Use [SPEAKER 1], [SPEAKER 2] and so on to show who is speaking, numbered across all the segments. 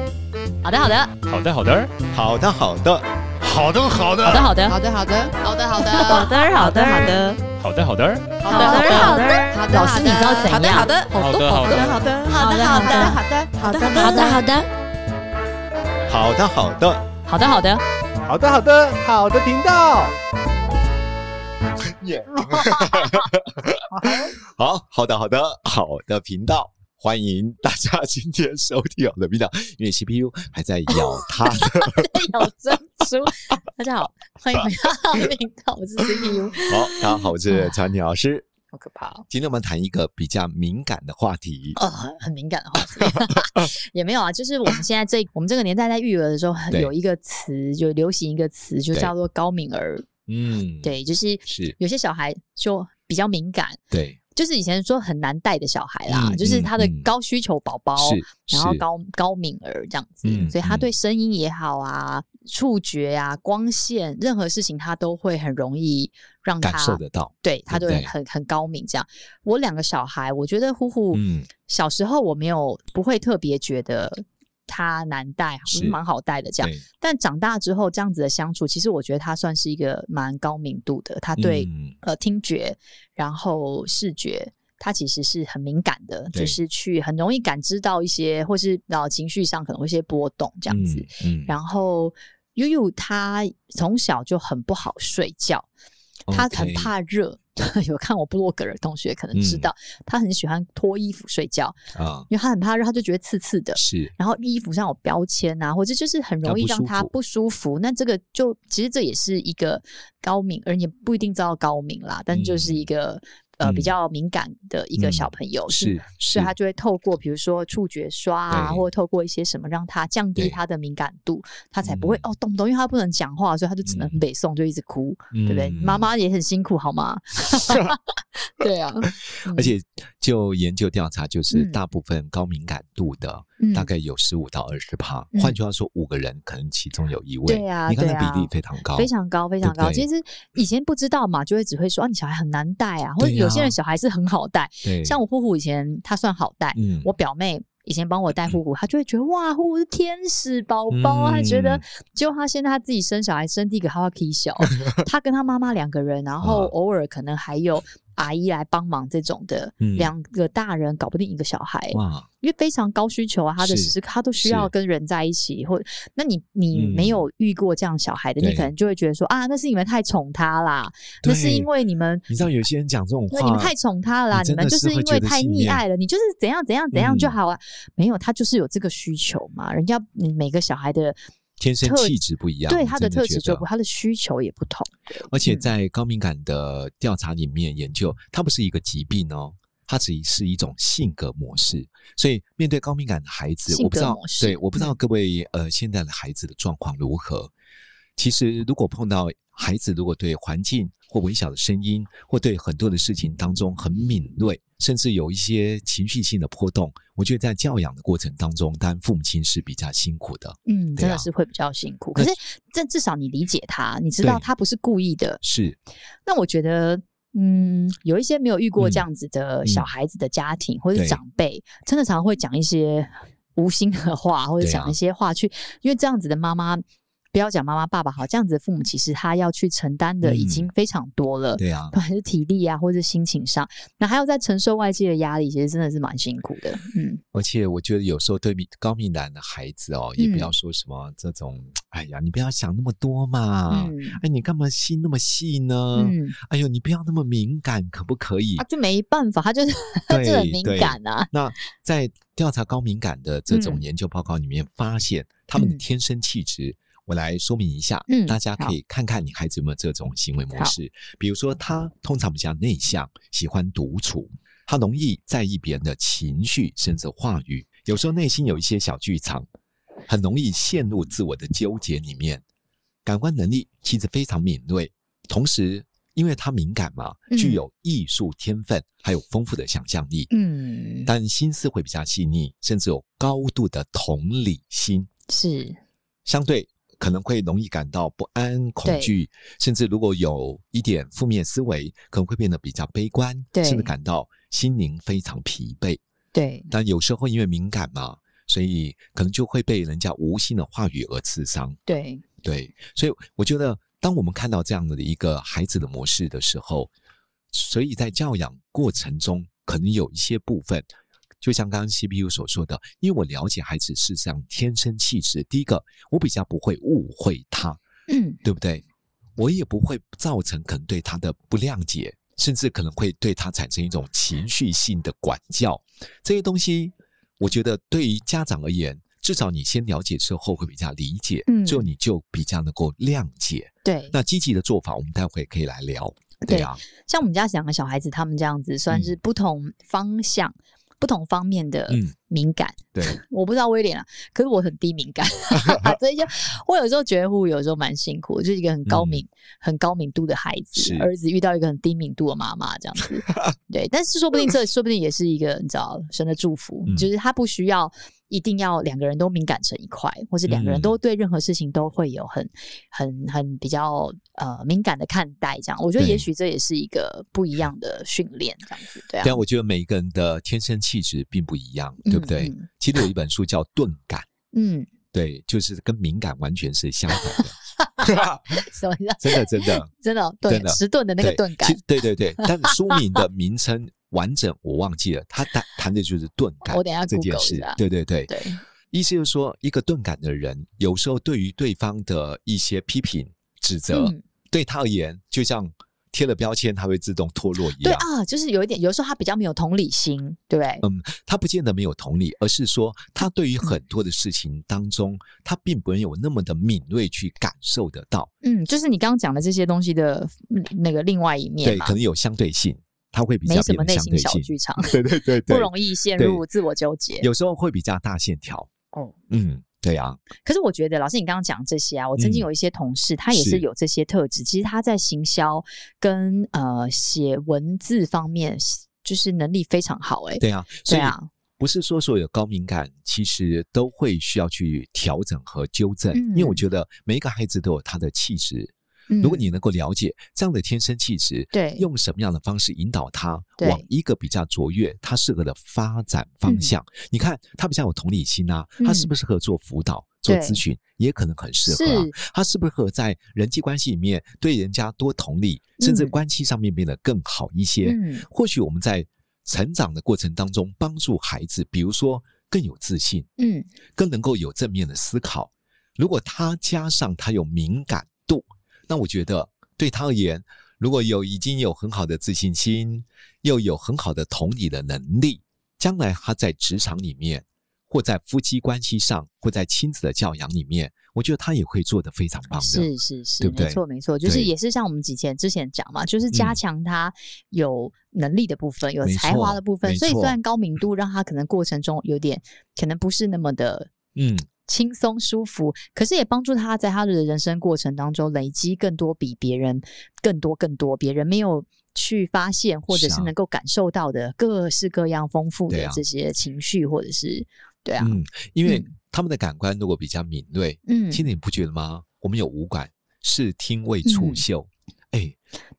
[SPEAKER 1] 好的，好的，好的，好
[SPEAKER 2] 好的，好的，好的，好的，的好的
[SPEAKER 3] 好的，好的，好的，好的，好的，好的，
[SPEAKER 4] 好的，好的，
[SPEAKER 5] 好的，好的，好的，好的，好
[SPEAKER 1] 的，
[SPEAKER 5] 好的，
[SPEAKER 2] 老师，你知道怎样？好
[SPEAKER 5] 好的，
[SPEAKER 2] 的，
[SPEAKER 3] 好的好的
[SPEAKER 5] 好的，
[SPEAKER 2] 好的
[SPEAKER 5] 好
[SPEAKER 2] 好
[SPEAKER 5] 的，
[SPEAKER 2] 的
[SPEAKER 5] 好的，好的，
[SPEAKER 2] 好的，好的，好的，好
[SPEAKER 4] 好的，好的，
[SPEAKER 2] 的，
[SPEAKER 6] 好的，好的，好的频道。
[SPEAKER 4] 好好的，好的，好的频道，欢迎大家今天收听我的频道，因为 CPU 还在咬它 的
[SPEAKER 2] 有珍珠。大家好，欢迎回到频道，我是 CPU。
[SPEAKER 4] 好，大家好，我是传体老师。
[SPEAKER 2] 好可怕哦！
[SPEAKER 4] 今天我们谈一个比较敏感的话题，
[SPEAKER 2] 哦， 很很敏感的话题，也没有啊。就是我们现在 这我们这个年代在育儿的时候，很
[SPEAKER 4] 对
[SPEAKER 2] 有一个词就流行一个词，就
[SPEAKER 4] 对
[SPEAKER 2] 叫做高敏儿。
[SPEAKER 4] 嗯，
[SPEAKER 2] 对，就是
[SPEAKER 4] 是，
[SPEAKER 2] 有些小孩就比较敏感，
[SPEAKER 4] 对，
[SPEAKER 2] 就是以前说很难带的小孩啦，
[SPEAKER 4] 嗯
[SPEAKER 2] 就是他的
[SPEAKER 4] 嗯嗯
[SPEAKER 2] 高需求宝宝，
[SPEAKER 4] 是，
[SPEAKER 2] 然后
[SPEAKER 4] 是，
[SPEAKER 2] 高高敏儿这样子，
[SPEAKER 4] 嗯
[SPEAKER 2] 所以他对声音也好啊、触觉啊、光线，任何事情他都会很容易让他
[SPEAKER 4] 感受得到，
[SPEAKER 2] 对他
[SPEAKER 4] 对
[SPEAKER 2] 都
[SPEAKER 4] 不
[SPEAKER 2] 很
[SPEAKER 4] 对
[SPEAKER 2] 很很高敏。这样，我两个小孩，我觉得呼呼、
[SPEAKER 4] 嗯
[SPEAKER 2] 小时候我没有不会特别觉得他难带，我觉
[SPEAKER 4] 是
[SPEAKER 2] 得蛮好带的这样。
[SPEAKER 4] 对，
[SPEAKER 2] 但长大之后这样子的相处，其实我觉得他算是一个蛮高敏度的，他对、
[SPEAKER 4] 嗯
[SPEAKER 2] 呃听觉，然后视觉，它其实是很敏感的，
[SPEAKER 4] 对
[SPEAKER 2] 就是去很容易感知到一些，或是呃情绪上可能会一些波动这样子。，
[SPEAKER 4] 嗯，
[SPEAKER 2] 然后悠悠他从小就很不好睡觉，他很
[SPEAKER 4] OK
[SPEAKER 2] 怕热。 有看我部落格的同学可能知
[SPEAKER 4] 嗯
[SPEAKER 2] 道，他很喜欢脱衣服睡觉，
[SPEAKER 4] 啊，
[SPEAKER 2] 因为他很怕热，他就觉得刺刺的。
[SPEAKER 4] 是，
[SPEAKER 2] 然后衣服上有标签啊，或者就是很容易
[SPEAKER 4] 他
[SPEAKER 2] 让
[SPEAKER 4] 不
[SPEAKER 2] 他
[SPEAKER 4] 舒服
[SPEAKER 2] 不舒服。那这个就其实这也是一个高敏，而也不一定知道高敏啦，但就是一个、呃
[SPEAKER 4] 嗯
[SPEAKER 2] 比较敏感的一个小朋友，
[SPEAKER 4] 是，
[SPEAKER 2] 所以他就会透过比如说触觉刷啊，
[SPEAKER 4] 对
[SPEAKER 2] 或者透过一些什么让他降低
[SPEAKER 4] 对
[SPEAKER 2] 他的敏感度，他才不会、
[SPEAKER 4] 嗯
[SPEAKER 2] 哦动不动，因为他不能讲话，所以他就只能
[SPEAKER 4] 嗯
[SPEAKER 2] 北宋就一直哭，
[SPEAKER 4] 对
[SPEAKER 2] 对不对？妈，妈也很辛苦，好吗？ 对啊，
[SPEAKER 4] 而且就研究调查，就是
[SPEAKER 2] 嗯
[SPEAKER 4] 大部分高敏感度的，
[SPEAKER 2] 嗯
[SPEAKER 4] 大概有十五到二十趴。
[SPEAKER 2] 嗯
[SPEAKER 4] 换句话说，五个人可能其中有一位，
[SPEAKER 2] 对啊
[SPEAKER 4] 你看
[SPEAKER 2] 对
[SPEAKER 4] 那比例
[SPEAKER 2] 啊
[SPEAKER 4] 非常高，
[SPEAKER 2] 非常高，非
[SPEAKER 4] 对
[SPEAKER 2] 常
[SPEAKER 4] 不
[SPEAKER 2] 高。
[SPEAKER 4] 对
[SPEAKER 2] 其实以前不知道嘛，就会只会说啊，你小孩很难带啊，或者
[SPEAKER 4] 对
[SPEAKER 2] 有些
[SPEAKER 4] 呀
[SPEAKER 2] 人小孩是很好带，
[SPEAKER 4] 对，
[SPEAKER 2] 像我呼呼以前他算好带，
[SPEAKER 4] 嗯
[SPEAKER 2] 我表妹。以前帮我带呼呼，她就会觉得哇，呼呼是天使宝宝，她、啊觉得
[SPEAKER 4] 嗯，
[SPEAKER 2] 结果她现在她自己生小孩，生第一个她要踢小， 她跟她妈妈两个人，然后
[SPEAKER 4] 啊
[SPEAKER 2] 偶尔可能还有阿姨来帮忙这种的，
[SPEAKER 4] 嗯
[SPEAKER 2] 两个大人搞不定一个小孩，
[SPEAKER 4] 哇，
[SPEAKER 2] 因为非常高需求啊，他的
[SPEAKER 4] 是
[SPEAKER 2] 时时刻他都需
[SPEAKER 4] 是
[SPEAKER 2] 要跟人在一起，或那你你
[SPEAKER 4] 嗯
[SPEAKER 2] 没有遇过这样小孩的，
[SPEAKER 4] 对
[SPEAKER 2] 你可能就会觉得说啊，那是你们太宠他啦，那是
[SPEAKER 4] 对
[SPEAKER 2] 因为你们。
[SPEAKER 4] 你知道有些人讲这种
[SPEAKER 2] 那
[SPEAKER 4] 话，
[SPEAKER 2] 你们太宠他了啦，
[SPEAKER 4] 你
[SPEAKER 2] 你
[SPEAKER 4] 真的
[SPEAKER 2] 们就是是
[SPEAKER 4] 会
[SPEAKER 2] 因
[SPEAKER 4] 觉
[SPEAKER 2] 为
[SPEAKER 4] 得
[SPEAKER 2] 太
[SPEAKER 4] 信
[SPEAKER 2] 溺
[SPEAKER 4] 念
[SPEAKER 2] 爱了，你就是怎样怎样怎样就
[SPEAKER 4] 嗯
[SPEAKER 2] 好啊。没有，他就是有这个需求嘛。人家嗯每个小孩的
[SPEAKER 4] 天生
[SPEAKER 2] 特
[SPEAKER 4] 气质不一样，
[SPEAKER 2] 对
[SPEAKER 4] 我
[SPEAKER 2] 他的
[SPEAKER 4] 真
[SPEAKER 2] 特
[SPEAKER 4] 觉
[SPEAKER 2] 质就
[SPEAKER 4] 得
[SPEAKER 2] 不，他的需求也不同。
[SPEAKER 4] 而且
[SPEAKER 2] 嗯
[SPEAKER 4] 在高敏感的调查里面研究，它不是一个疾病哦，它只是一种性格模式。所以面对高敏感的孩子，
[SPEAKER 2] 性格
[SPEAKER 4] 我不知道
[SPEAKER 2] 模，式嗯
[SPEAKER 4] 对，我不知道各位呃现在的孩子的状况如何。其实如果碰到孩子，如果对环境或微小的声音，或对很多的事情当中很敏锐，甚至有一些情绪性的波动，我觉得在教养的过程当中，当然父母亲是比较辛苦的。
[SPEAKER 2] 嗯，
[SPEAKER 4] 对
[SPEAKER 2] 真的
[SPEAKER 4] 啊
[SPEAKER 2] 是会比较辛苦。
[SPEAKER 4] 那
[SPEAKER 2] 可是这至少你理解他，你知道
[SPEAKER 4] 对
[SPEAKER 2] 他不是故意的，
[SPEAKER 4] 是，
[SPEAKER 2] 那我觉得，嗯，有一些没有遇过
[SPEAKER 4] 嗯
[SPEAKER 2] 这样子的
[SPEAKER 4] 嗯
[SPEAKER 2] 小孩子的家庭、或者
[SPEAKER 4] 对
[SPEAKER 2] 是长辈，真的常常会讲一些无心的话，或者
[SPEAKER 4] 对啊
[SPEAKER 2] 讲一些话去，因为这样子的妈妈。不要讲妈妈、爸爸好，这样子的父母其实他要去承担的已
[SPEAKER 4] 嗯
[SPEAKER 2] 经非常多了，
[SPEAKER 4] 对啊
[SPEAKER 2] 不。管是体力啊，或者心情上，那还要再承受外界的压力，其实真的是蛮辛苦的。嗯，
[SPEAKER 4] 而且我觉得有时候对敏高敏感的孩子哦，也
[SPEAKER 2] 嗯
[SPEAKER 4] 不要说什么这种，哎呀，你不要想那么多嘛，
[SPEAKER 2] 嗯
[SPEAKER 4] 哎，你干嘛心那么细呢？
[SPEAKER 2] 嗯，
[SPEAKER 4] 哎呦，你不要那么敏感，可不可以？
[SPEAKER 2] 他、就没办法，他就是 他就很
[SPEAKER 4] 对
[SPEAKER 2] 敏
[SPEAKER 4] 对
[SPEAKER 2] 感 啊。
[SPEAKER 4] 那在调查高敏感的这种
[SPEAKER 2] 嗯
[SPEAKER 4] 研究报告里面发现，他们的
[SPEAKER 2] 嗯
[SPEAKER 4] 天生气质，我来说明一下，
[SPEAKER 2] 嗯
[SPEAKER 4] 大家可以看看你孩子有没有这种行为模式。比如说，他通常比较内向，喜欢独处，他容易在意别人的情绪甚至话语，有时候内心有一些小剧场，很容易陷入自我的纠结里面。感官能力其实非常敏锐，同时因为他敏感嘛，
[SPEAKER 2] 嗯
[SPEAKER 4] 具有艺术天分，还有丰富的想象力。
[SPEAKER 2] 嗯，
[SPEAKER 4] 但心思会比较细腻，甚至有高度的同理心，
[SPEAKER 2] 是，
[SPEAKER 4] 相对可能会容易感到不安、恐惧，甚至如果有一点负面思维，可能会变得比较悲观，
[SPEAKER 2] 对
[SPEAKER 4] 甚至感到心灵非常疲惫。
[SPEAKER 2] 对，
[SPEAKER 4] 但有时候因为敏感嘛，所以可能就会被人家无心的话语而刺伤。
[SPEAKER 2] 对，
[SPEAKER 4] 对，所以我觉得，当我们看到这样的一个孩子的模式的时候，所以在教养过程中，可能有一些部分，就像刚刚 CPU 所说的，因为我了解孩子事实上天生气质，第一个，我比较不会误会他，
[SPEAKER 2] 嗯，
[SPEAKER 4] 对不对？我也不会造成可能对他的不谅解，甚至可能会对他产生一种情绪性的管教。这些东西，我觉得对于家长而言，至少你先了解之后会比较理解，
[SPEAKER 2] 嗯
[SPEAKER 4] 就你就比较能够谅解。
[SPEAKER 2] 对。
[SPEAKER 4] 那积极的做法，我们待会可以来聊。对啊，
[SPEAKER 2] 像我们家两个小孩子，他们这样子算是不同方向、不同方面的
[SPEAKER 4] 嗯
[SPEAKER 2] 敏感。
[SPEAKER 4] 对，
[SPEAKER 2] 我不知道威廉啊，可是我很低 敏感，所以就我有时候觉得我有时候蛮辛苦，就是一个很高敏、很高敏度的孩子
[SPEAKER 4] 嗯是，
[SPEAKER 2] 儿子遇到一个很低敏度的妈妈这样 子。对，但是说不定这说不定也是一个你知道神的祝福，
[SPEAKER 4] 嗯
[SPEAKER 2] 就是他不需要。一定要两个人都敏感成一块，或是两个人
[SPEAKER 4] 嗯
[SPEAKER 2] 都对任何事情都会有很、很、很比较呃敏感的看待，这样我觉得
[SPEAKER 4] 对
[SPEAKER 2] 也许这也是一个不一样的训练，这样子对啊，
[SPEAKER 4] 但我觉得每一个人的天生气质并不一样，对不对？
[SPEAKER 2] 嗯
[SPEAKER 4] 其实有一本书叫《钝感》，
[SPEAKER 2] 嗯，嗯
[SPEAKER 4] 对，就是跟敏感完全是相反的，
[SPEAKER 2] 什么意思啊
[SPEAKER 4] 真的真的。
[SPEAKER 2] 真的哦钝
[SPEAKER 4] 真的
[SPEAKER 2] 迟钝的那个
[SPEAKER 4] 对
[SPEAKER 2] 钝感
[SPEAKER 4] 其，实对对 对，但书名的名称完整我忘记了，他谈谈的就是钝感
[SPEAKER 2] 我等一下
[SPEAKER 4] 这件
[SPEAKER 2] Google 一
[SPEAKER 4] 事
[SPEAKER 2] 下。
[SPEAKER 4] 对对对，
[SPEAKER 2] 对，
[SPEAKER 4] 意思就是说，一个钝感的人，有时候对于对方的一些批评、指责，
[SPEAKER 2] 嗯
[SPEAKER 4] 对他而言，就像贴了标签，他会自动脱落一
[SPEAKER 2] 对
[SPEAKER 4] 样。
[SPEAKER 2] 啊，就是有一点，有时候他比较没有同理心，对不对？
[SPEAKER 4] 嗯，他不见得没有同理，而是说他对于很多的事情当中，他并没有那么的敏锐去感受得到。
[SPEAKER 2] 嗯，就是你刚刚讲的这些东西的嗯那个另外一面
[SPEAKER 4] 对，
[SPEAKER 2] 嘛
[SPEAKER 4] 可，能有相对性，他会比
[SPEAKER 2] 没
[SPEAKER 4] 较
[SPEAKER 2] 什
[SPEAKER 4] 变
[SPEAKER 2] 么
[SPEAKER 4] 得
[SPEAKER 2] 内
[SPEAKER 4] 相
[SPEAKER 2] 心
[SPEAKER 4] 对
[SPEAKER 2] 小
[SPEAKER 4] 性。
[SPEAKER 2] 剧场，
[SPEAKER 4] 对对对
[SPEAKER 2] 不
[SPEAKER 4] 对，
[SPEAKER 2] 容易陷
[SPEAKER 4] 对
[SPEAKER 2] 入自我纠结。
[SPEAKER 4] 有时候会比较大线条。
[SPEAKER 2] 哦，
[SPEAKER 4] 嗯，对啊，
[SPEAKER 2] 可是我觉得，老师你刚刚讲这些啊，我曾经
[SPEAKER 4] 嗯
[SPEAKER 2] 有一些同事，他也
[SPEAKER 4] 是
[SPEAKER 2] 是有这些特质。其实他在行销跟呃写文字方面，就是能力非常好、欸。哎，
[SPEAKER 4] 对啊，所
[SPEAKER 2] 对
[SPEAKER 4] 以
[SPEAKER 2] 啊，
[SPEAKER 4] 不是说所有高敏感其实都会需要去调整和纠正，
[SPEAKER 2] 嗯
[SPEAKER 4] 因为我觉得每一个孩子都有他的气质。
[SPEAKER 2] 嗯
[SPEAKER 4] 如果你能够了解这样的天生气质，
[SPEAKER 2] 对
[SPEAKER 4] 用什么样的方式引导他
[SPEAKER 2] 对
[SPEAKER 4] 往一个比较卓越、他适合的发展方向，你看他比较有同理心啊，
[SPEAKER 2] 嗯
[SPEAKER 4] 他适不适合做辅导、做
[SPEAKER 2] 对
[SPEAKER 4] 咨询，也可能很适合、啊。他适不适合在人际关系里面对人家多同理，甚至
[SPEAKER 2] 嗯
[SPEAKER 4] 关系上面变得更好一些？
[SPEAKER 2] 嗯
[SPEAKER 4] 或许我们在成长的过程当中，帮助孩子，比如说更有自信，
[SPEAKER 2] 嗯
[SPEAKER 4] 更能够有正面的思考。如果他加上他有敏感度，那我觉得对他而言，如果有已经有很好的自信心，又有很好的同理的能力，将来他在职场里面，或在夫妻关系上，或在亲子的教养里面，我觉得他也会做得非常棒的。
[SPEAKER 2] 是是是，
[SPEAKER 4] 对不对
[SPEAKER 2] 没错没错，就是
[SPEAKER 4] 对
[SPEAKER 2] 也是像我们之前之前讲嘛，就是加
[SPEAKER 4] 嗯
[SPEAKER 2] 强他有能力的部分，有
[SPEAKER 4] 没
[SPEAKER 2] 才华
[SPEAKER 4] 错
[SPEAKER 2] 的部分。
[SPEAKER 4] 没
[SPEAKER 2] 所以虽
[SPEAKER 4] 错
[SPEAKER 2] 然高敏度让他可能过程中有点可能不是那么的
[SPEAKER 4] 嗯，
[SPEAKER 2] 轻松舒服，可是也帮助他在他的人生过程当中累积更多比别人更多更多别人没有去发现或者
[SPEAKER 4] 是
[SPEAKER 2] 是
[SPEAKER 4] 啊
[SPEAKER 2] 能够感受到的各式各样丰富
[SPEAKER 4] 对
[SPEAKER 2] 的
[SPEAKER 4] 啊
[SPEAKER 2] 这些情绪或者是对啊，
[SPEAKER 4] 嗯，因为
[SPEAKER 2] 嗯
[SPEAKER 4] 他们的感官如果比较敏锐，
[SPEAKER 2] 嗯，
[SPEAKER 4] 现在你不觉得吗？我们有五感：视、听、味、触、
[SPEAKER 2] 嗯
[SPEAKER 4] 嗅。哎、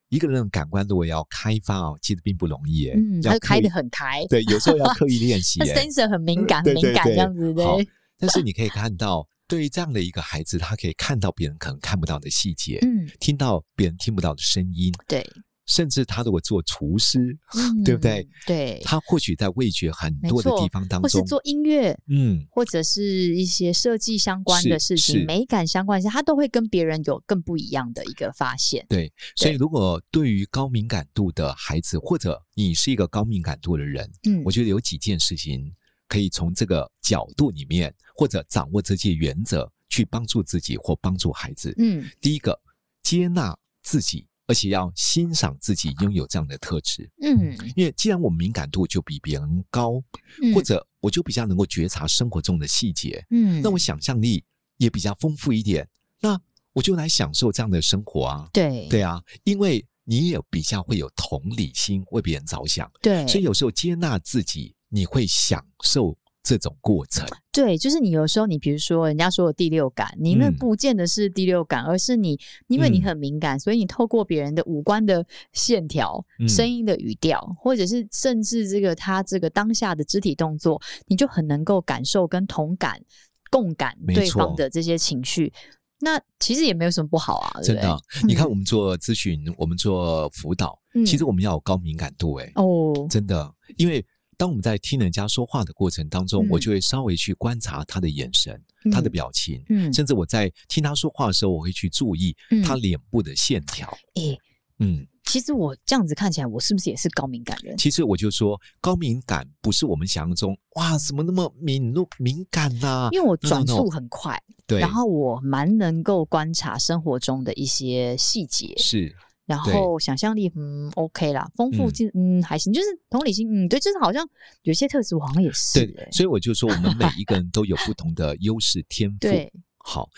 [SPEAKER 4] 一个人的感官如果要开发哦，其实并不容易哎、
[SPEAKER 2] 嗯，他
[SPEAKER 4] 要
[SPEAKER 2] 就开
[SPEAKER 4] 刻
[SPEAKER 2] 得
[SPEAKER 4] 意
[SPEAKER 2] 很开，
[SPEAKER 4] 对，有时候要刻意练习
[SPEAKER 2] 他
[SPEAKER 4] 哎、
[SPEAKER 2] sensor 很敏感，很
[SPEAKER 4] 对
[SPEAKER 2] 敏
[SPEAKER 4] 对
[SPEAKER 2] 感这
[SPEAKER 4] 对
[SPEAKER 2] 样子对
[SPEAKER 4] 好，但是你可以看到，对于这样的一个孩子，他可以看到别人可能看不到的细节，
[SPEAKER 2] 嗯，
[SPEAKER 4] 听到别人听不到的声音，
[SPEAKER 2] 对，
[SPEAKER 4] 甚至他如果做厨师，对不对
[SPEAKER 2] 嗯？对，
[SPEAKER 4] 他或许在味觉很
[SPEAKER 2] 没
[SPEAKER 4] 多的
[SPEAKER 2] 错
[SPEAKER 4] 地方当
[SPEAKER 2] 或是
[SPEAKER 4] 中，
[SPEAKER 2] 做音乐，
[SPEAKER 4] 嗯，
[SPEAKER 2] 或者是一些设计相关的
[SPEAKER 4] 是
[SPEAKER 2] 事情、
[SPEAKER 4] 是
[SPEAKER 2] 美感相关的事，他都会跟别人有更不一样的一个发现。
[SPEAKER 4] 对，所
[SPEAKER 2] 对
[SPEAKER 4] 以如果对于高敏感度的孩子，或者你是一个高敏感度的人，
[SPEAKER 2] 嗯
[SPEAKER 4] 我觉得有几件事情可以从这个角度里面，或者掌握这些原则去帮助自己或帮助孩子。
[SPEAKER 2] 嗯
[SPEAKER 4] 第一个，接纳自己，而且要欣赏自己拥有这样的特质，
[SPEAKER 2] 嗯，
[SPEAKER 4] 因为既然我们敏感度就比别人高，
[SPEAKER 2] 嗯
[SPEAKER 4] 或者我就比较能够觉察生活中的细节，
[SPEAKER 2] 嗯，
[SPEAKER 4] 那我想象力也比较丰富一点，那我就来享受这样的生活啊。
[SPEAKER 2] 对
[SPEAKER 4] 对啊，因为你也比较会有同理心，为别人着想，
[SPEAKER 2] 对，
[SPEAKER 4] 所以有时候接纳自己，你会享受这种过程。
[SPEAKER 2] 对，就是你有时候，你比如说，人家说有第六感，你那
[SPEAKER 4] 嗯
[SPEAKER 2] 不见得是第六感，而是你因为你很敏感，所以你透过别人的五官的线条、
[SPEAKER 4] 嗯
[SPEAKER 2] 声音的语调，或者是甚至这个他这个当下的肢体动作，你就很能够感受跟同感、共感
[SPEAKER 4] 没
[SPEAKER 2] 对
[SPEAKER 4] 错
[SPEAKER 2] 方的这些情绪。那其实也没有什么不好啊，对
[SPEAKER 4] 真
[SPEAKER 2] 不
[SPEAKER 4] 的啊，
[SPEAKER 2] 嗯
[SPEAKER 4] 你看我们做咨询，我们做辅导，
[SPEAKER 2] 对？
[SPEAKER 4] 其
[SPEAKER 2] 嗯
[SPEAKER 4] 实我们要有高敏感度、欸，
[SPEAKER 2] 哦，
[SPEAKER 4] 真的，啊因为当我们在听人家说话的过程当中，
[SPEAKER 2] 嗯
[SPEAKER 4] 我就会稍微去观察他的眼神、他的
[SPEAKER 2] 嗯
[SPEAKER 4] 表情，
[SPEAKER 2] 嗯
[SPEAKER 4] 甚至我在听他说话的时候，我会去注意
[SPEAKER 2] 嗯哎
[SPEAKER 4] 他脸部的线条。
[SPEAKER 2] 诶、
[SPEAKER 4] 嗯
[SPEAKER 2] 其实我这样子看起来，我是不是也是高敏感人？
[SPEAKER 4] 其实我就说，高敏感不是我们想象中哇，怎么那么敏怒敏感呐、
[SPEAKER 2] 因为我
[SPEAKER 4] no,
[SPEAKER 2] 转
[SPEAKER 4] 啊 no
[SPEAKER 2] 速很快。
[SPEAKER 4] 对，
[SPEAKER 2] 然后我蛮能够观察生活中的一些细节，
[SPEAKER 4] 是
[SPEAKER 2] 然
[SPEAKER 4] 对
[SPEAKER 2] 后想象力嗯 OK 啦，丰富
[SPEAKER 4] 嗯
[SPEAKER 2] 性嗯还行，就是同理心嗯对，就是好像有些特质我好像也是、，
[SPEAKER 4] 对，所以我就说，我们每一个人都有不同的优势天赋。
[SPEAKER 2] 对
[SPEAKER 4] 好，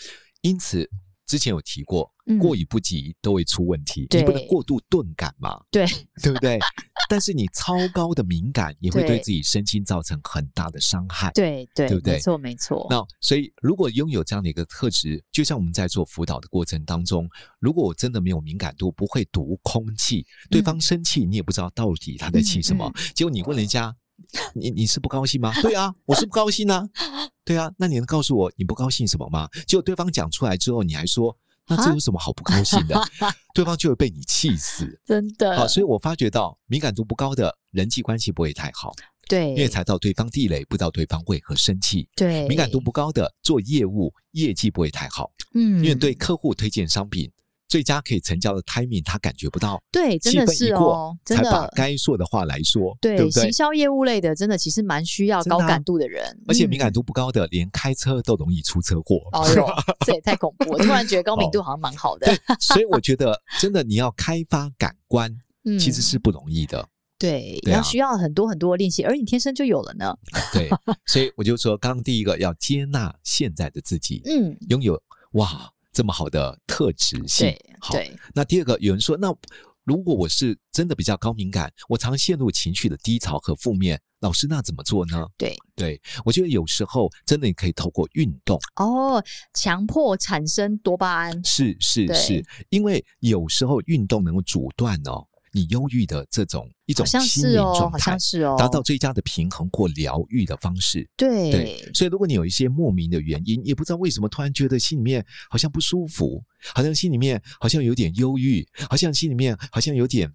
[SPEAKER 4] 因此之前有提过
[SPEAKER 2] 嗯，
[SPEAKER 4] 过于不及都会出问题，
[SPEAKER 2] 对
[SPEAKER 4] 你不能过度钝感嘛，
[SPEAKER 2] 对
[SPEAKER 4] 对不对？ 但是你超高的敏感也会
[SPEAKER 2] 对
[SPEAKER 4] 对自己身心造成很大的伤害。
[SPEAKER 2] 对对
[SPEAKER 4] 对不对
[SPEAKER 2] 没错没错，
[SPEAKER 4] 那所以，如果拥有这样的一个特质，就像我们在做辅导的过程当中，如果我真的没有敏感度，不会读空气，对方生气你也不知道到底他在气什么，
[SPEAKER 2] 嗯
[SPEAKER 4] 结果你问人家，你你是不高兴吗？对啊，我是不高兴 啊，对啊，那你能告诉我你不高兴什么吗？结果对方讲出来之后，你还说。那
[SPEAKER 2] 啊
[SPEAKER 4] 这有什么好不高兴的？ 对方就会被你气 死。
[SPEAKER 2] 真的
[SPEAKER 4] 好，所以我发觉到敏感度不高的人际关系不会太好，
[SPEAKER 2] 对，
[SPEAKER 4] 因为踩到对方地雷，不知道对方为何生气。
[SPEAKER 2] 对
[SPEAKER 4] 敏感度不高的做业务业绩不会太好，
[SPEAKER 2] 嗯
[SPEAKER 4] 因为对客户推荐商品。最佳可以成交的 timing，他感觉不到，
[SPEAKER 2] 对真
[SPEAKER 4] 气
[SPEAKER 2] 的
[SPEAKER 4] 氛
[SPEAKER 2] 是
[SPEAKER 4] 一
[SPEAKER 2] 哦
[SPEAKER 4] 过，，
[SPEAKER 2] 真
[SPEAKER 4] 才把
[SPEAKER 2] 的。
[SPEAKER 4] 该说的话来说，
[SPEAKER 2] 对
[SPEAKER 4] 不对
[SPEAKER 2] 行？销业务类的，真的其实蛮需要
[SPEAKER 4] 真的
[SPEAKER 2] 高
[SPEAKER 4] 啊
[SPEAKER 2] 感度的人，
[SPEAKER 4] 而且
[SPEAKER 2] 嗯
[SPEAKER 4] 敏感度不高的，连开车都容易出车祸。
[SPEAKER 2] 哦哟，这也太恐怖！我突然觉得高
[SPEAKER 4] 哦
[SPEAKER 2] 敏度好像蛮好的，
[SPEAKER 4] 所以我觉得，真的你要开发感官，
[SPEAKER 2] 嗯，
[SPEAKER 4] 其实是不容易的。
[SPEAKER 2] 对，
[SPEAKER 4] 对
[SPEAKER 2] 要
[SPEAKER 4] 啊
[SPEAKER 2] 需要很多很多的练习，而你天生就有了呢。
[SPEAKER 4] 对，所以我就说，刚刚第一个要接纳现在的自己，
[SPEAKER 2] 嗯，
[SPEAKER 4] 拥有哇这么好的特质性
[SPEAKER 2] 对。
[SPEAKER 4] 好，
[SPEAKER 2] 对，
[SPEAKER 4] 那第二个，有人说，那如果我是真的比较高敏感，我常陷入情绪的低潮和负面，老师那怎么做呢？
[SPEAKER 2] 对，
[SPEAKER 4] 对我觉得有时候真的你可以透过运动，
[SPEAKER 2] 哦，强迫产生多巴胺，
[SPEAKER 4] 是是
[SPEAKER 2] 对
[SPEAKER 4] 是，因为有时候运动能够阻断哦你忧郁的这种一
[SPEAKER 2] 好
[SPEAKER 4] 种
[SPEAKER 2] 像
[SPEAKER 4] 心
[SPEAKER 2] 是
[SPEAKER 4] 理
[SPEAKER 2] 哦，
[SPEAKER 4] 状
[SPEAKER 2] 好
[SPEAKER 4] 态
[SPEAKER 2] 像。是哦，
[SPEAKER 4] 达到最佳的平衡或疗愈的方式，
[SPEAKER 2] 对
[SPEAKER 4] 对，所以如果你有一些莫名的原因，也不知道为什么突然觉得心里面好像不舒服，好像心里面好像有点忧郁，好像心里面好像有点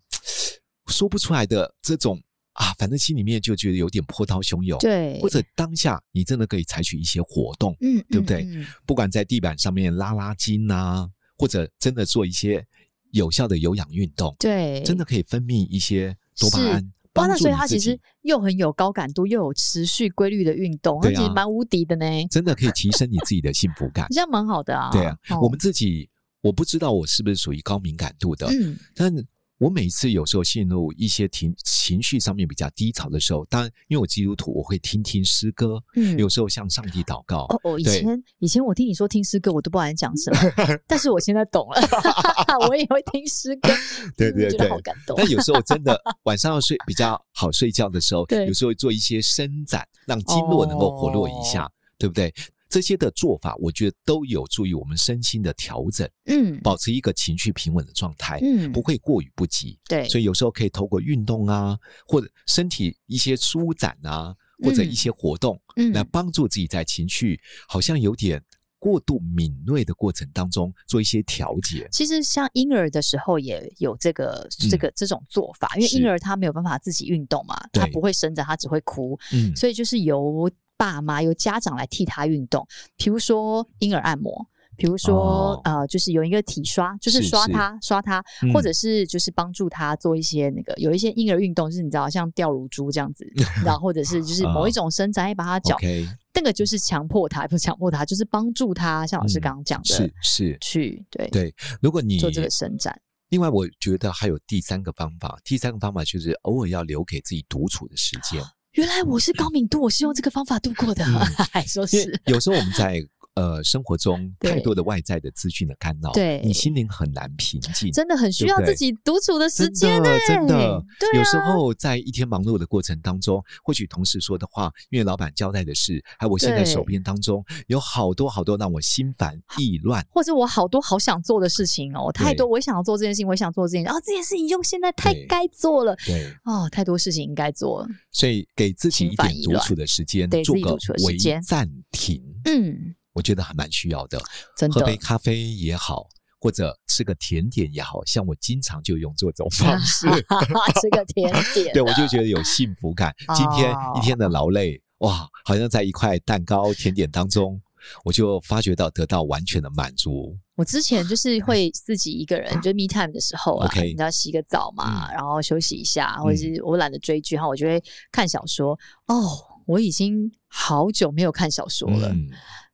[SPEAKER 4] 说不出来的这种啊，反正心里面就觉得有点波涛汹涌。
[SPEAKER 2] 对，
[SPEAKER 4] 或者当下你真的可以采取一些活动，
[SPEAKER 2] 嗯，
[SPEAKER 4] 对
[SPEAKER 2] 嗯
[SPEAKER 4] 不对
[SPEAKER 2] 嗯
[SPEAKER 4] 不管在地板上面拉拉筋啊，或者真的做一些有效的有氧运动，
[SPEAKER 2] 对，
[SPEAKER 4] 真的。可以分泌一些多巴
[SPEAKER 2] 是
[SPEAKER 4] 胺，
[SPEAKER 2] 哇，
[SPEAKER 4] 帮
[SPEAKER 2] 那
[SPEAKER 4] 助
[SPEAKER 2] 所以
[SPEAKER 4] 你
[SPEAKER 2] 它
[SPEAKER 4] 自
[SPEAKER 2] 其
[SPEAKER 4] 己
[SPEAKER 2] 实。又很有高感度，又有持续规律的运动，它
[SPEAKER 4] 对
[SPEAKER 2] 其实
[SPEAKER 4] 啊
[SPEAKER 2] 蛮无敌的呢，好。
[SPEAKER 4] 真的可以提升你自己的幸福 感
[SPEAKER 2] 像蛮好的啊。
[SPEAKER 4] 对啊，
[SPEAKER 2] 哦
[SPEAKER 4] 我们自己我不知道我是不是属于高敏感度的，
[SPEAKER 2] 嗯，
[SPEAKER 4] 但我每次有时候陷入一些情情绪上面比较低潮的时候，当然因为我基督徒，我会听听诗歌，
[SPEAKER 2] 嗯
[SPEAKER 4] 有时候向上帝祷告。
[SPEAKER 2] 哦，我以
[SPEAKER 4] 对
[SPEAKER 2] 前以前我听你说听诗歌，我都不知道你在讲什 么，但是我现在懂了， 我也会听诗歌，
[SPEAKER 4] 对
[SPEAKER 2] 嗯
[SPEAKER 4] 对
[SPEAKER 2] 觉得
[SPEAKER 4] 对
[SPEAKER 2] 好感动
[SPEAKER 4] 但。有时候真的晚上要睡比较好睡觉的时候，
[SPEAKER 2] 对
[SPEAKER 4] 有时候会做一些伸展，让经络能够活络一
[SPEAKER 2] 哦
[SPEAKER 4] 下，对不对？这些的做法，我觉得都有助于我们身心的调整，
[SPEAKER 2] 嗯
[SPEAKER 4] 保持一个情绪平稳的状态，
[SPEAKER 2] 嗯，
[SPEAKER 4] 不会过于不及。
[SPEAKER 2] 对，
[SPEAKER 4] 所以有时候可以透过运动啊，或者身体一些舒展啊，或者一些活动，
[SPEAKER 2] 嗯
[SPEAKER 4] 来帮助自己在情绪好像有点过度敏锐的过程当中做一些调节。
[SPEAKER 2] 其实像婴儿的时候也有这个、
[SPEAKER 4] 嗯
[SPEAKER 2] 这个这种做法，因为
[SPEAKER 4] 是
[SPEAKER 2] 婴儿他没有办法自己运动嘛，他
[SPEAKER 4] 对
[SPEAKER 2] 不会伸展，他只会哭，
[SPEAKER 4] 嗯，
[SPEAKER 2] 所以就是由爸妈由家长来替他运动，比如说婴儿按摩。比如说，
[SPEAKER 4] 哦
[SPEAKER 2] 呃，就是有一个体刷，就是
[SPEAKER 4] 是
[SPEAKER 2] 刷
[SPEAKER 4] 是
[SPEAKER 2] 他、刷他，
[SPEAKER 4] 嗯
[SPEAKER 2] 或者是就是帮助他做一些那个有一些婴儿运动，就是你知道像吊乳珠这样 子，然后或者是就是某一
[SPEAKER 4] 啊
[SPEAKER 2] 种伸展，也把他脚
[SPEAKER 4] OK
[SPEAKER 2] 那个就是强迫他，不是强迫他，就是帮助他，像老师
[SPEAKER 4] 嗯
[SPEAKER 2] 刚刚讲的，
[SPEAKER 4] 是是，
[SPEAKER 2] 去对
[SPEAKER 4] 对。如果你
[SPEAKER 2] 做这个伸展。
[SPEAKER 4] 另外，我觉得还有第三个方法，第三个方法就是偶尔要留给自己独处的
[SPEAKER 2] 哦
[SPEAKER 4] 时间。
[SPEAKER 2] 原来我是高敏度，我是用这个方法度过的，还说
[SPEAKER 4] 嗯因为
[SPEAKER 2] 是
[SPEAKER 4] 有时候我们在呃生活中
[SPEAKER 2] 对
[SPEAKER 4] 太多的外在的资讯的干扰，
[SPEAKER 2] 对
[SPEAKER 4] 你心灵很难平静。
[SPEAKER 2] 真的很需要
[SPEAKER 4] 对不对
[SPEAKER 2] 自己独处的时
[SPEAKER 4] 真
[SPEAKER 2] 间呢、
[SPEAKER 4] 的，真的，
[SPEAKER 2] 对啊
[SPEAKER 4] 有时候在一天忙碌的过程当中，或许同事说的话，因为老板交代的事，还有我现在
[SPEAKER 2] 对
[SPEAKER 4] 手边当中有好多好多让我心烦意乱。
[SPEAKER 2] 或者我好多好想做的事情哦，太
[SPEAKER 4] 对
[SPEAKER 2] 多我也想要做这件事情，我也想做这件事情，然、啊后这件事情又现在太
[SPEAKER 4] 对
[SPEAKER 2] 该做了
[SPEAKER 4] 对，
[SPEAKER 2] 哦，太多事情应该做了，
[SPEAKER 4] 所以给自己一
[SPEAKER 2] 心烦
[SPEAKER 4] 点
[SPEAKER 2] 意
[SPEAKER 4] 独
[SPEAKER 2] 乱
[SPEAKER 4] 处的时间
[SPEAKER 2] 对，
[SPEAKER 4] 做
[SPEAKER 2] 自己
[SPEAKER 4] 个
[SPEAKER 2] 独处的时
[SPEAKER 4] 微
[SPEAKER 2] 间
[SPEAKER 4] 暂停，
[SPEAKER 2] 嗯，
[SPEAKER 4] 我觉得还蛮需要的。
[SPEAKER 2] 真
[SPEAKER 4] 喝杯
[SPEAKER 2] 的。
[SPEAKER 4] 咖啡也好，或者吃个甜点也好，像我经常就用这种 方式，
[SPEAKER 2] 哈哈，吃个 甜点，
[SPEAKER 4] 对我就觉得有幸福感。今天
[SPEAKER 2] 哦
[SPEAKER 4] 一天的劳累，哇，好像在一块蛋糕、甜点当中，我就发觉到得到完全的满足。
[SPEAKER 2] 我之前就是会自己一个人，就 me time 的时候啊
[SPEAKER 4] OK 嗯
[SPEAKER 2] 你知道洗个澡嘛，然后休息一下，或者是我懒得追剧，然后我就会看小说。哦，我已经好久没有看小说了，
[SPEAKER 4] 嗯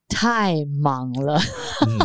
[SPEAKER 2] 太忙了，
[SPEAKER 4] 嗯，